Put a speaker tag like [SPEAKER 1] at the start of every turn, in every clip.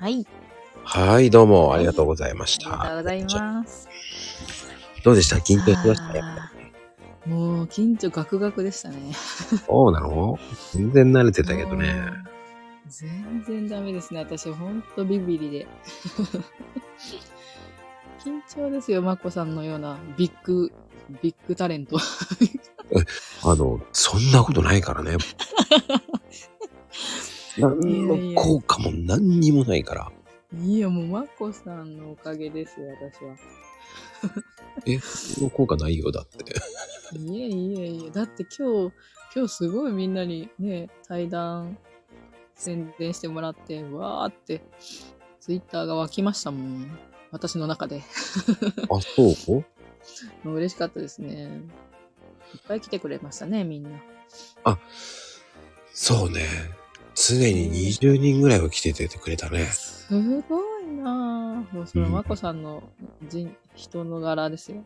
[SPEAKER 1] はい。
[SPEAKER 2] はい、どうもありがとうございまし
[SPEAKER 1] ありがとう
[SPEAKER 2] た。
[SPEAKER 1] ございます。
[SPEAKER 2] どうでした緊張しましたやっぱ
[SPEAKER 1] あーもう緊張ガクガクでしたね。
[SPEAKER 2] りそうなの全然慣れてたけどね。
[SPEAKER 1] うん全然ダメですね。私、ほんとビビりで。 緊張ですよ、まこさんのようなビッグ、ビッグタレント。
[SPEAKER 2] あの、そんなこと ないからね。何
[SPEAKER 1] いやい
[SPEAKER 2] の
[SPEAKER 1] や
[SPEAKER 2] 効果も何にもないから。
[SPEAKER 1] いや、もうまこさんのおかげですよ、私は。
[SPEAKER 2] え、その効果ないよ、だ って。
[SPEAKER 1] いえいえいえ。だって今日、今日すごいみんなにね、対談、宣伝してもらって、わーって、ツイッターが湧きましたもん。私の中で。
[SPEAKER 2] あ、そう
[SPEAKER 1] もう嬉しかったですね。いっぱい来てくれましたね、みんな。
[SPEAKER 2] そうね。常に20人ぐらいは来ててくれたね。
[SPEAKER 1] すごいなぁ。もうそれ、
[SPEAKER 2] うん
[SPEAKER 1] まこさんの人人の柄ですよ。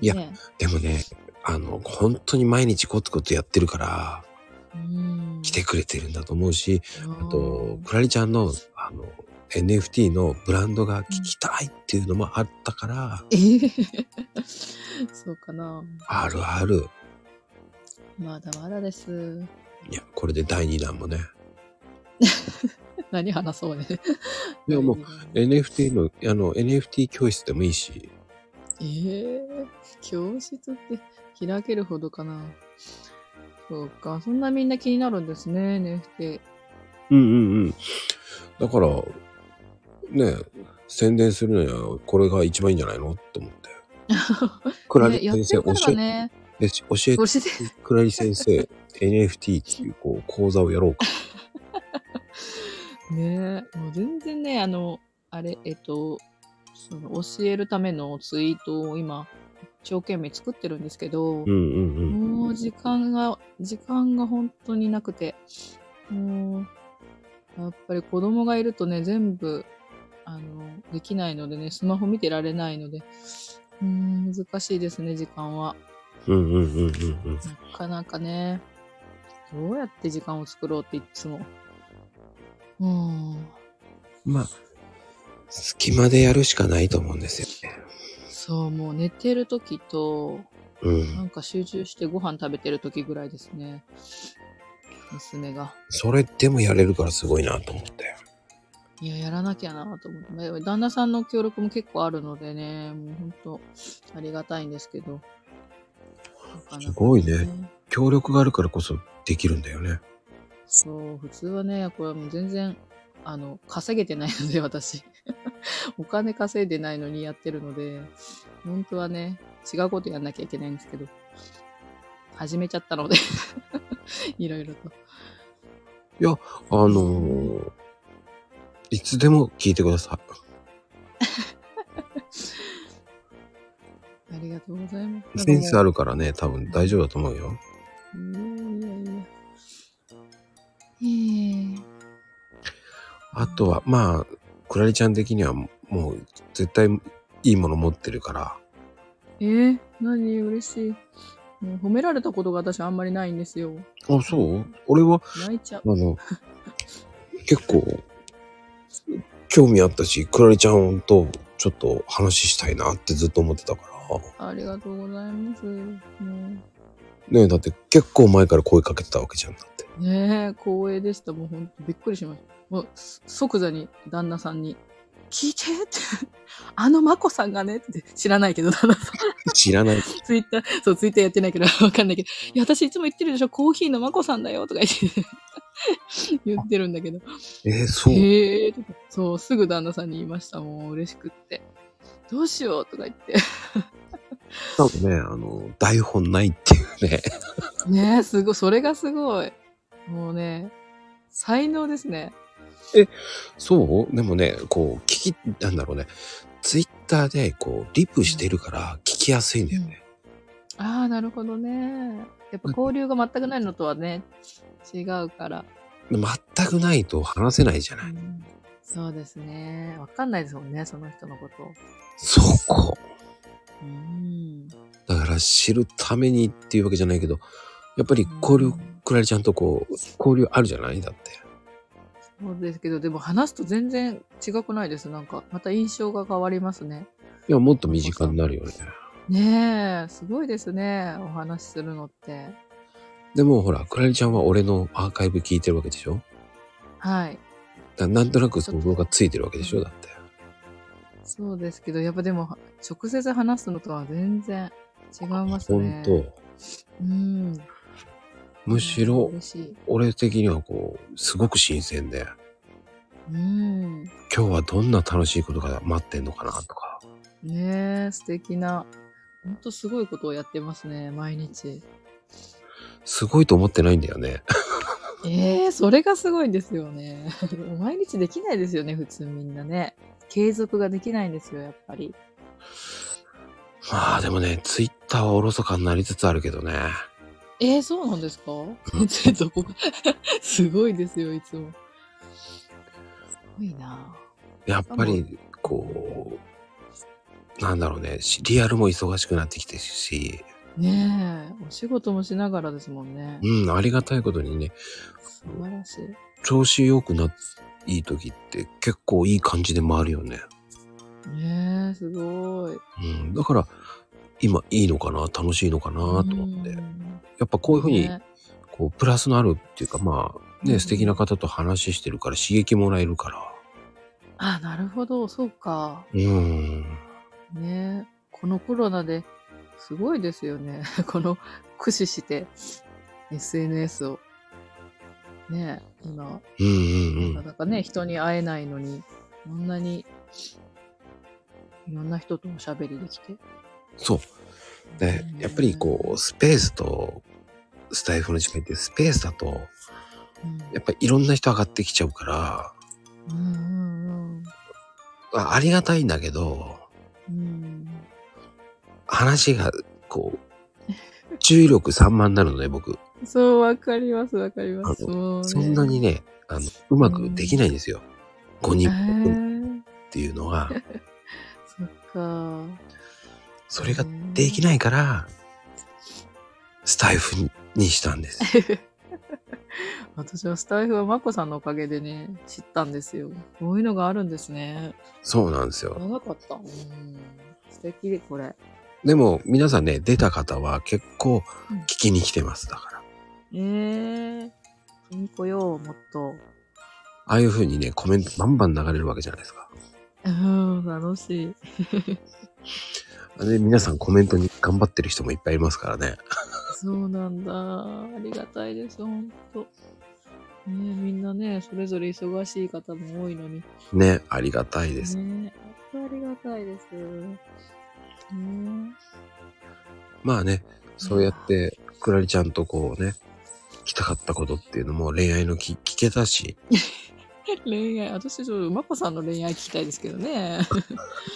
[SPEAKER 2] いや
[SPEAKER 1] ね、
[SPEAKER 2] でもね、あの、本当に毎日コツコツやってるから、
[SPEAKER 1] うん。
[SPEAKER 2] 来てくれてるんだと思うし、あ
[SPEAKER 1] あ
[SPEAKER 2] と、クラリちゃんの、あの、NFT のブランドが聞きたいっていうのもあったから、
[SPEAKER 1] えーそうかな
[SPEAKER 2] あるある。
[SPEAKER 1] まだまだです。
[SPEAKER 2] いや、これで第2弾もね。
[SPEAKER 1] 何話そうね。
[SPEAKER 2] いや、もう、NFT の、あの、NFT 教室でもいいし、
[SPEAKER 1] えー、教室って開けるほどかな。そうか、そんなみんな気になるんですね、NFT。
[SPEAKER 2] うんうんうん。だから、ねえ、宣伝するにはこれが一番いいんじゃないのと思 って。クラ
[SPEAKER 1] ね
[SPEAKER 2] リ
[SPEAKER 1] やって
[SPEAKER 2] 先生、
[SPEAKER 1] る
[SPEAKER 2] 教
[SPEAKER 1] から
[SPEAKER 2] え、
[SPEAKER 1] ね。
[SPEAKER 2] えし教えて
[SPEAKER 1] 教、えて
[SPEAKER 2] クラリ先生、NFT っていうこう講座をやろうか。
[SPEAKER 1] ねえ、もう全然ね、あの、あれ、えっと、その教えるためのツイートを今、一生懸命作ってるんですけど
[SPEAKER 2] うん、うんうん。
[SPEAKER 1] もう時間が、時間が本当になくて、もう、やっぱり子供がいるとね、全部、あの、できないのでね、スマホ見てられないので、うーん、難しいですね、時間は。
[SPEAKER 2] うんうんうんうんうん。
[SPEAKER 1] なかなかね、どうやって時間を作ろうっていっつも。うーん。
[SPEAKER 2] まあ、隙間でやるしかないと思うんですよね。
[SPEAKER 1] そう、もう寝てる時と、
[SPEAKER 2] うん
[SPEAKER 1] な。んか集中してご飯食べてる時ぐらいですね。娘が。
[SPEAKER 2] それでもやれるからすごいなと思って。
[SPEAKER 1] いや、やらなきゃなと思ってまあ。旦那さんの協力も結構あるのでね、もう本当ありがたいんですけど。なかなか
[SPEAKER 2] すごいね。協力があるからこそできるんだよね。
[SPEAKER 1] そう、普通はね、これはもう全然、あの、稼げてないので、私。 お金稼いでないのにやってるので、本当はね、違うことやんなきゃいけないんですけど、始めちゃったので、 いろいろと。
[SPEAKER 2] あのーいつでも聞いてくださ
[SPEAKER 1] ありがとうございます。
[SPEAKER 2] い。センスあ
[SPEAKER 1] る。
[SPEAKER 2] るからね、多分大丈夫だと思うよ。
[SPEAKER 1] いやいやいや。え
[SPEAKER 2] あとは、まあ、クラリちゃん的にはもう絶対いいもの持ってるから、
[SPEAKER 1] えええ何嬉しい。もう褒められたことが私あんまりないんですよ。
[SPEAKER 2] あ、そう俺は、
[SPEAKER 1] 泣いちゃう
[SPEAKER 2] あ。の、結構、興味あったし、クラリちゃんとちょっと話したいなってずっと思ってたから。
[SPEAKER 1] ありがとうございます。もう
[SPEAKER 2] ねえ、だって結構前から声かけてたわけじゃんだって。
[SPEAKER 1] ねえ、光栄でした。もう本当びっくりしました。もうす即座に旦那さんに、聞いてって、あのマコさんがねって知らないけど、 旦那さん。
[SPEAKER 2] 知らない。
[SPEAKER 1] ツイッター、そう、ツイッターやってないからわかんないけど、いや、私いつも言ってるでしょ、コーヒーのマコさんだよとか言って、言って るんだけど。
[SPEAKER 2] えーそう。
[SPEAKER 1] へえとか、そう、すぐ旦那さんに言いました。もう嬉しくって。どうしようとか言って。
[SPEAKER 2] 多分ね、あの、台本ないっていうね。
[SPEAKER 1] ねえ、すごい、それがすごい。もうね、才能ですね。
[SPEAKER 2] そうでもね、こう、聞き、なんだろうね。ツイッターで、こう、リプしてるから聞きやすいんだよね。
[SPEAKER 1] ああ、なるほどね。やっぱ交流が全くないのとはね、違うから。
[SPEAKER 2] 全くないと話せないじゃない。
[SPEAKER 1] そうですね。わかんないですもんね、その人のこと。
[SPEAKER 2] そこ。
[SPEAKER 1] うん。
[SPEAKER 2] だから知るためにっていうわけじゃないけど、やっぱり交
[SPEAKER 1] う
[SPEAKER 2] 流、
[SPEAKER 1] ん
[SPEAKER 2] くらいちゃんとこう、交流あるじゃないだって。
[SPEAKER 1] そうですけど、でも話すと全然違くないです。なんか、また印象が変わりますね。
[SPEAKER 2] いや、もっと身近になるよね。
[SPEAKER 1] ねえ、すごいですね。お話しするのって。
[SPEAKER 2] でもほら、くらりちゃんは俺のアーカイブ聞いてるわけでしょ
[SPEAKER 1] はい。
[SPEAKER 2] だなんとなく想像がついてるわけでしょだって。
[SPEAKER 1] そうですけど、やっぱでも、直接話すのとは全然違います
[SPEAKER 2] ほ
[SPEAKER 1] ね
[SPEAKER 2] ん。と。
[SPEAKER 1] うん。
[SPEAKER 2] むしろ、
[SPEAKER 1] 嬉しい。
[SPEAKER 2] 俺的にはこう、すごく新鮮で、
[SPEAKER 1] うん。
[SPEAKER 2] 今日はどんな楽しいことが待ってんのかなとか。
[SPEAKER 1] ねえ、素敵な。ほんとすごいことをやってますね、毎日。
[SPEAKER 2] すごいと思ってないんだよね。
[SPEAKER 1] ええそれがすごいんですよね。 毎日できないですよね、普通みんなね。継続ができないんですよ、やっぱり。
[SPEAKER 2] まあでもね、ツイッターはおろそかになりつつあるけどね。
[SPEAKER 1] えー、そうなんですか どこ がすごいですよ、いつも。すごいな
[SPEAKER 2] やっぱり、こう、なんだろうね、しリアルも忙しくなってきてるし、
[SPEAKER 1] ぁねえ、お仕事もしながらですもんね。
[SPEAKER 2] うん、ありがたいことにね、
[SPEAKER 1] 素晴らしい。
[SPEAKER 2] 調子良くなっいい時って結構いい感じで回るよね。
[SPEAKER 1] ねえ、すごい。
[SPEAKER 2] うん、だから今いいのかな楽しいのかなと思って、
[SPEAKER 1] う
[SPEAKER 2] や
[SPEAKER 1] ん
[SPEAKER 2] っぱこういうふうに
[SPEAKER 1] ね
[SPEAKER 2] こうプラスのあるっていうかまあね、
[SPEAKER 1] うん
[SPEAKER 2] 素敵な方と話してるから刺激もらえるから
[SPEAKER 1] あ、なるほど、そうか。
[SPEAKER 2] うん
[SPEAKER 1] ねえ、このコロナですごいですよね。 この駆使して SNS を。ねえ、今、
[SPEAKER 2] うんうんう
[SPEAKER 1] なんかなかね、人に会えないのに、こんなに、いろんな人とおしゃべりできて。
[SPEAKER 2] そうでやっぱりこうスペースとスタイフの違いってスペースだと
[SPEAKER 1] うん、
[SPEAKER 2] やっぱりいろんな人上がってきちゃうから
[SPEAKER 1] うんうん
[SPEAKER 2] あありがたいんだけど
[SPEAKER 1] うん。うん。
[SPEAKER 2] 話がこう注意力散漫になるのね僕
[SPEAKER 1] そう、わかります、わかります。
[SPEAKER 2] あ
[SPEAKER 1] そうね
[SPEAKER 2] そんなに。ね、あの、うまくできないんですよ。5
[SPEAKER 1] へ
[SPEAKER 2] 人
[SPEAKER 1] ー
[SPEAKER 2] っていうのは、
[SPEAKER 1] そっか。
[SPEAKER 2] それができないから、スタイフにしたんです。
[SPEAKER 1] 私はスタイフはまこさんのおかげでね、知ったんですよ。こういうのがあるんですね。
[SPEAKER 2] そうなんです
[SPEAKER 1] 知
[SPEAKER 2] よ。
[SPEAKER 1] らなかった。うん。素敵で、これ。
[SPEAKER 2] でも、皆さんね、出た方は結構
[SPEAKER 1] うん
[SPEAKER 2] 聞きに来てます。だから。
[SPEAKER 1] えー。君子よ、もっと。
[SPEAKER 2] ああいう風にね、コメントバンバン流れるわけじゃないですか。
[SPEAKER 1] うん、楽しい。
[SPEAKER 2] で、皆さんコメントに頑張ってる人もいっぱいいますからね。
[SPEAKER 1] そうなんだ。ありがたいです、ほんと。ねえみんなね、それぞれ忙しい方も多いのに。
[SPEAKER 2] ね、ありがたいです。
[SPEAKER 1] ねえ本当ありがたいです。ね
[SPEAKER 2] まあね、そうやって、くらりちゃんとこうね、聞きたかったことっていうのも恋愛のき聞けたし、
[SPEAKER 1] え恋愛、私、ちょっと、まこさんの恋愛聞きたいですけどね。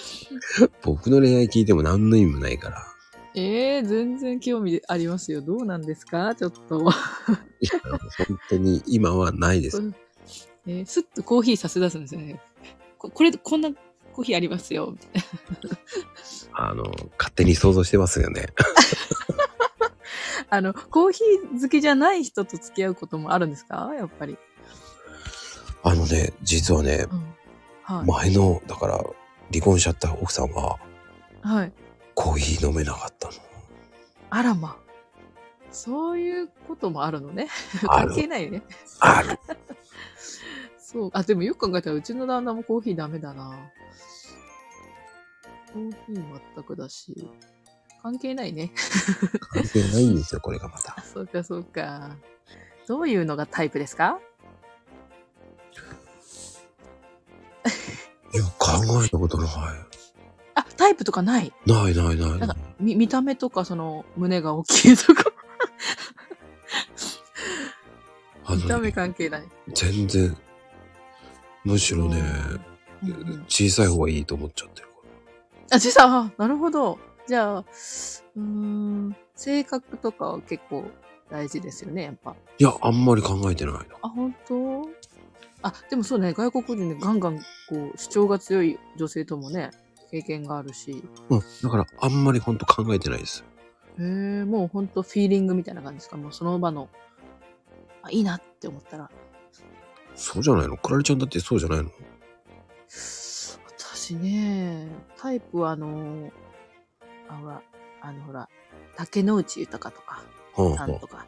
[SPEAKER 2] 僕の恋愛聞いても何の意味もないから。
[SPEAKER 1] ええ全然興味ありますよ。どうなんですかちょっと。
[SPEAKER 2] いや本当に今はないです。
[SPEAKER 1] えーすっとコーヒー差し出すんですよね。ここれ、こんなコーヒーありますよ。みたいな
[SPEAKER 2] あの、勝手に想像してますよね。
[SPEAKER 1] あの、コーヒー好きじゃない人と付き合うこともあるんですかやっぱり。
[SPEAKER 2] あのね、実はね、
[SPEAKER 1] うん。はい。
[SPEAKER 2] 前の、だから、離婚しちゃった奥さんは、
[SPEAKER 1] はい。
[SPEAKER 2] コーヒー飲めなかったの。
[SPEAKER 1] あらま。そういうこともあるのね。
[SPEAKER 2] あ
[SPEAKER 1] 関係
[SPEAKER 2] る、
[SPEAKER 1] ないよね。
[SPEAKER 2] ある。
[SPEAKER 1] そう。あ、でもよく考えたらうちの旦那もコーヒーダメだな。コーヒー全くだし。関係ないね。
[SPEAKER 2] 関係ないんですよ、これがまた。
[SPEAKER 1] そうか、そうか。どういうのがタイプですか
[SPEAKER 2] いや、考えたことない。
[SPEAKER 1] あ、タイプとかない。
[SPEAKER 2] ないないない
[SPEAKER 1] なん
[SPEAKER 2] な
[SPEAKER 1] か
[SPEAKER 2] い。
[SPEAKER 1] 見、見た目とか、その、胸が大きいとか、
[SPEAKER 2] あ
[SPEAKER 1] 見た
[SPEAKER 2] のね、
[SPEAKER 1] 目関係ない。
[SPEAKER 2] 全然、むしろね、
[SPEAKER 1] うんうん
[SPEAKER 2] 小さい方がいいと思っちゃってるか
[SPEAKER 1] あ、じさん、あなるほど。じゃあ、うーん、性格とかは結構大事ですよね、やっぱ。
[SPEAKER 2] ら。いや、あんまり考えてないな。
[SPEAKER 1] あ、本当あ、でもそうね、外国人でガンガン、こう、主張が強い女性ともね、経験があるし。
[SPEAKER 2] うん、だからあんまりほんと考えてないです。
[SPEAKER 1] へえ、もうほんとフィーリングみたいな感じですかもうその場の、あ、いいなって思ったら。
[SPEAKER 2] そうじゃないのクラリちゃんだってそうじゃないの
[SPEAKER 1] 私ね、タイプはあの、あ、ほら、あのほら、竹野内豊とか、
[SPEAKER 2] は
[SPEAKER 1] さ
[SPEAKER 2] あ、
[SPEAKER 1] ん
[SPEAKER 2] は
[SPEAKER 1] とか、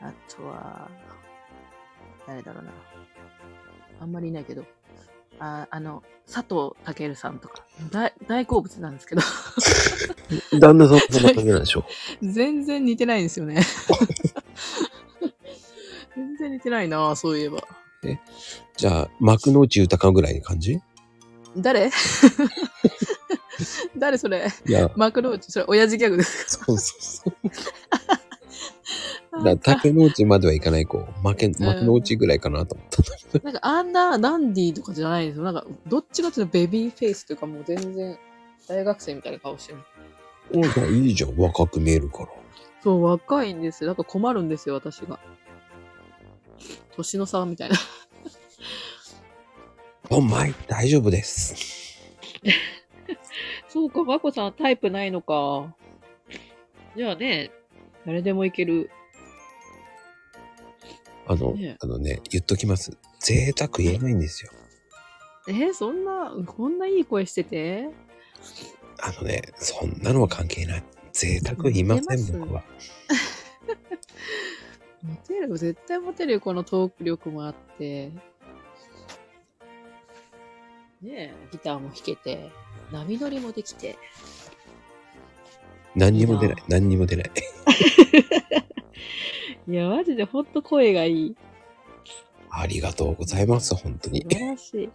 [SPEAKER 1] あとは、誰だろうな。あんまりいないけど、ああの、佐藤健さんとか、大大好物なんですけど、
[SPEAKER 2] あ、旦那さんそんな感じなんでしょ
[SPEAKER 1] 全然似てないんですよね。全然似てないなそういえば。
[SPEAKER 2] じゃあ幕の内豊ぐらいの感じ
[SPEAKER 1] 誰 誰それ
[SPEAKER 2] いや
[SPEAKER 1] マクローチ、それ親父ギャグです
[SPEAKER 2] そうそうそう
[SPEAKER 1] か
[SPEAKER 2] だから竹の内まではいかないこう幕幕の内ぐらいかなと思った、
[SPEAKER 1] なんかあんなダンディーとかじゃないですよ。なんかどっちかっていうとベビーフェイスというかもう全然大学生みたいな顔してる。
[SPEAKER 2] おじゃあいいじゃん若く見えるから
[SPEAKER 1] そう、若いんですよ。なんか困るんですよ、私が。年の差みたいな。
[SPEAKER 2] お前大丈夫です
[SPEAKER 1] そうか、まこさんタイプないのか。じゃあね、誰でもいける。
[SPEAKER 2] あの、
[SPEAKER 1] ねえ
[SPEAKER 2] あのね言っときます贅沢言えないんですよ
[SPEAKER 1] えーそんな、こんないい声してて
[SPEAKER 2] あのねそんなのは関係ない贅沢言いませ
[SPEAKER 1] 似
[SPEAKER 2] ん
[SPEAKER 1] てます
[SPEAKER 2] 僕は
[SPEAKER 1] モテるよ、絶対モテるよ、このトーク力もあって。ねえ、ギターも弾けて、波乗りもできて。
[SPEAKER 2] 何にも出ない
[SPEAKER 1] いいな
[SPEAKER 2] 何にも出ない
[SPEAKER 1] いや、マジでほんと声がいい。
[SPEAKER 2] ありがとうございます、本当に
[SPEAKER 1] 素。晴らし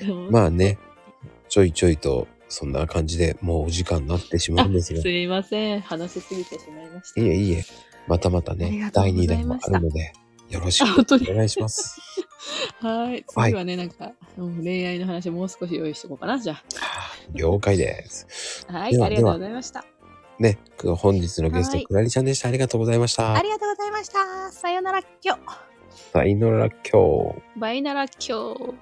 [SPEAKER 1] い。
[SPEAKER 2] まあね、ちょいちょいと、そんな感じでもうお時間になってしまうんですが、
[SPEAKER 1] す
[SPEAKER 2] い
[SPEAKER 1] みません。話しすぎてしまいました。
[SPEAKER 2] えいえ、またまた
[SPEAKER 1] あり
[SPEAKER 2] ね
[SPEAKER 1] が、とう
[SPEAKER 2] 第
[SPEAKER 1] ご
[SPEAKER 2] 2
[SPEAKER 1] ざ
[SPEAKER 2] 弾
[SPEAKER 1] い
[SPEAKER 2] も
[SPEAKER 1] まし
[SPEAKER 2] あ
[SPEAKER 1] た
[SPEAKER 2] るので、よろし
[SPEAKER 1] あ本当に
[SPEAKER 2] くお願いします。
[SPEAKER 1] はい。
[SPEAKER 2] はい
[SPEAKER 1] 次はね、なんか、うん恋愛の話もう少し用意してこうかな、じゃ
[SPEAKER 2] 了解です。
[SPEAKER 1] あ。は
[SPEAKER 2] で
[SPEAKER 1] い。
[SPEAKER 2] は
[SPEAKER 1] ありがとうございました。
[SPEAKER 2] ね、本日のゲスト、
[SPEAKER 1] はい
[SPEAKER 2] くらりちゃんでした。ありがとうございました。
[SPEAKER 1] りがとうございました。さよなら、今日。
[SPEAKER 2] さいのら今日。
[SPEAKER 1] バイなら、今日。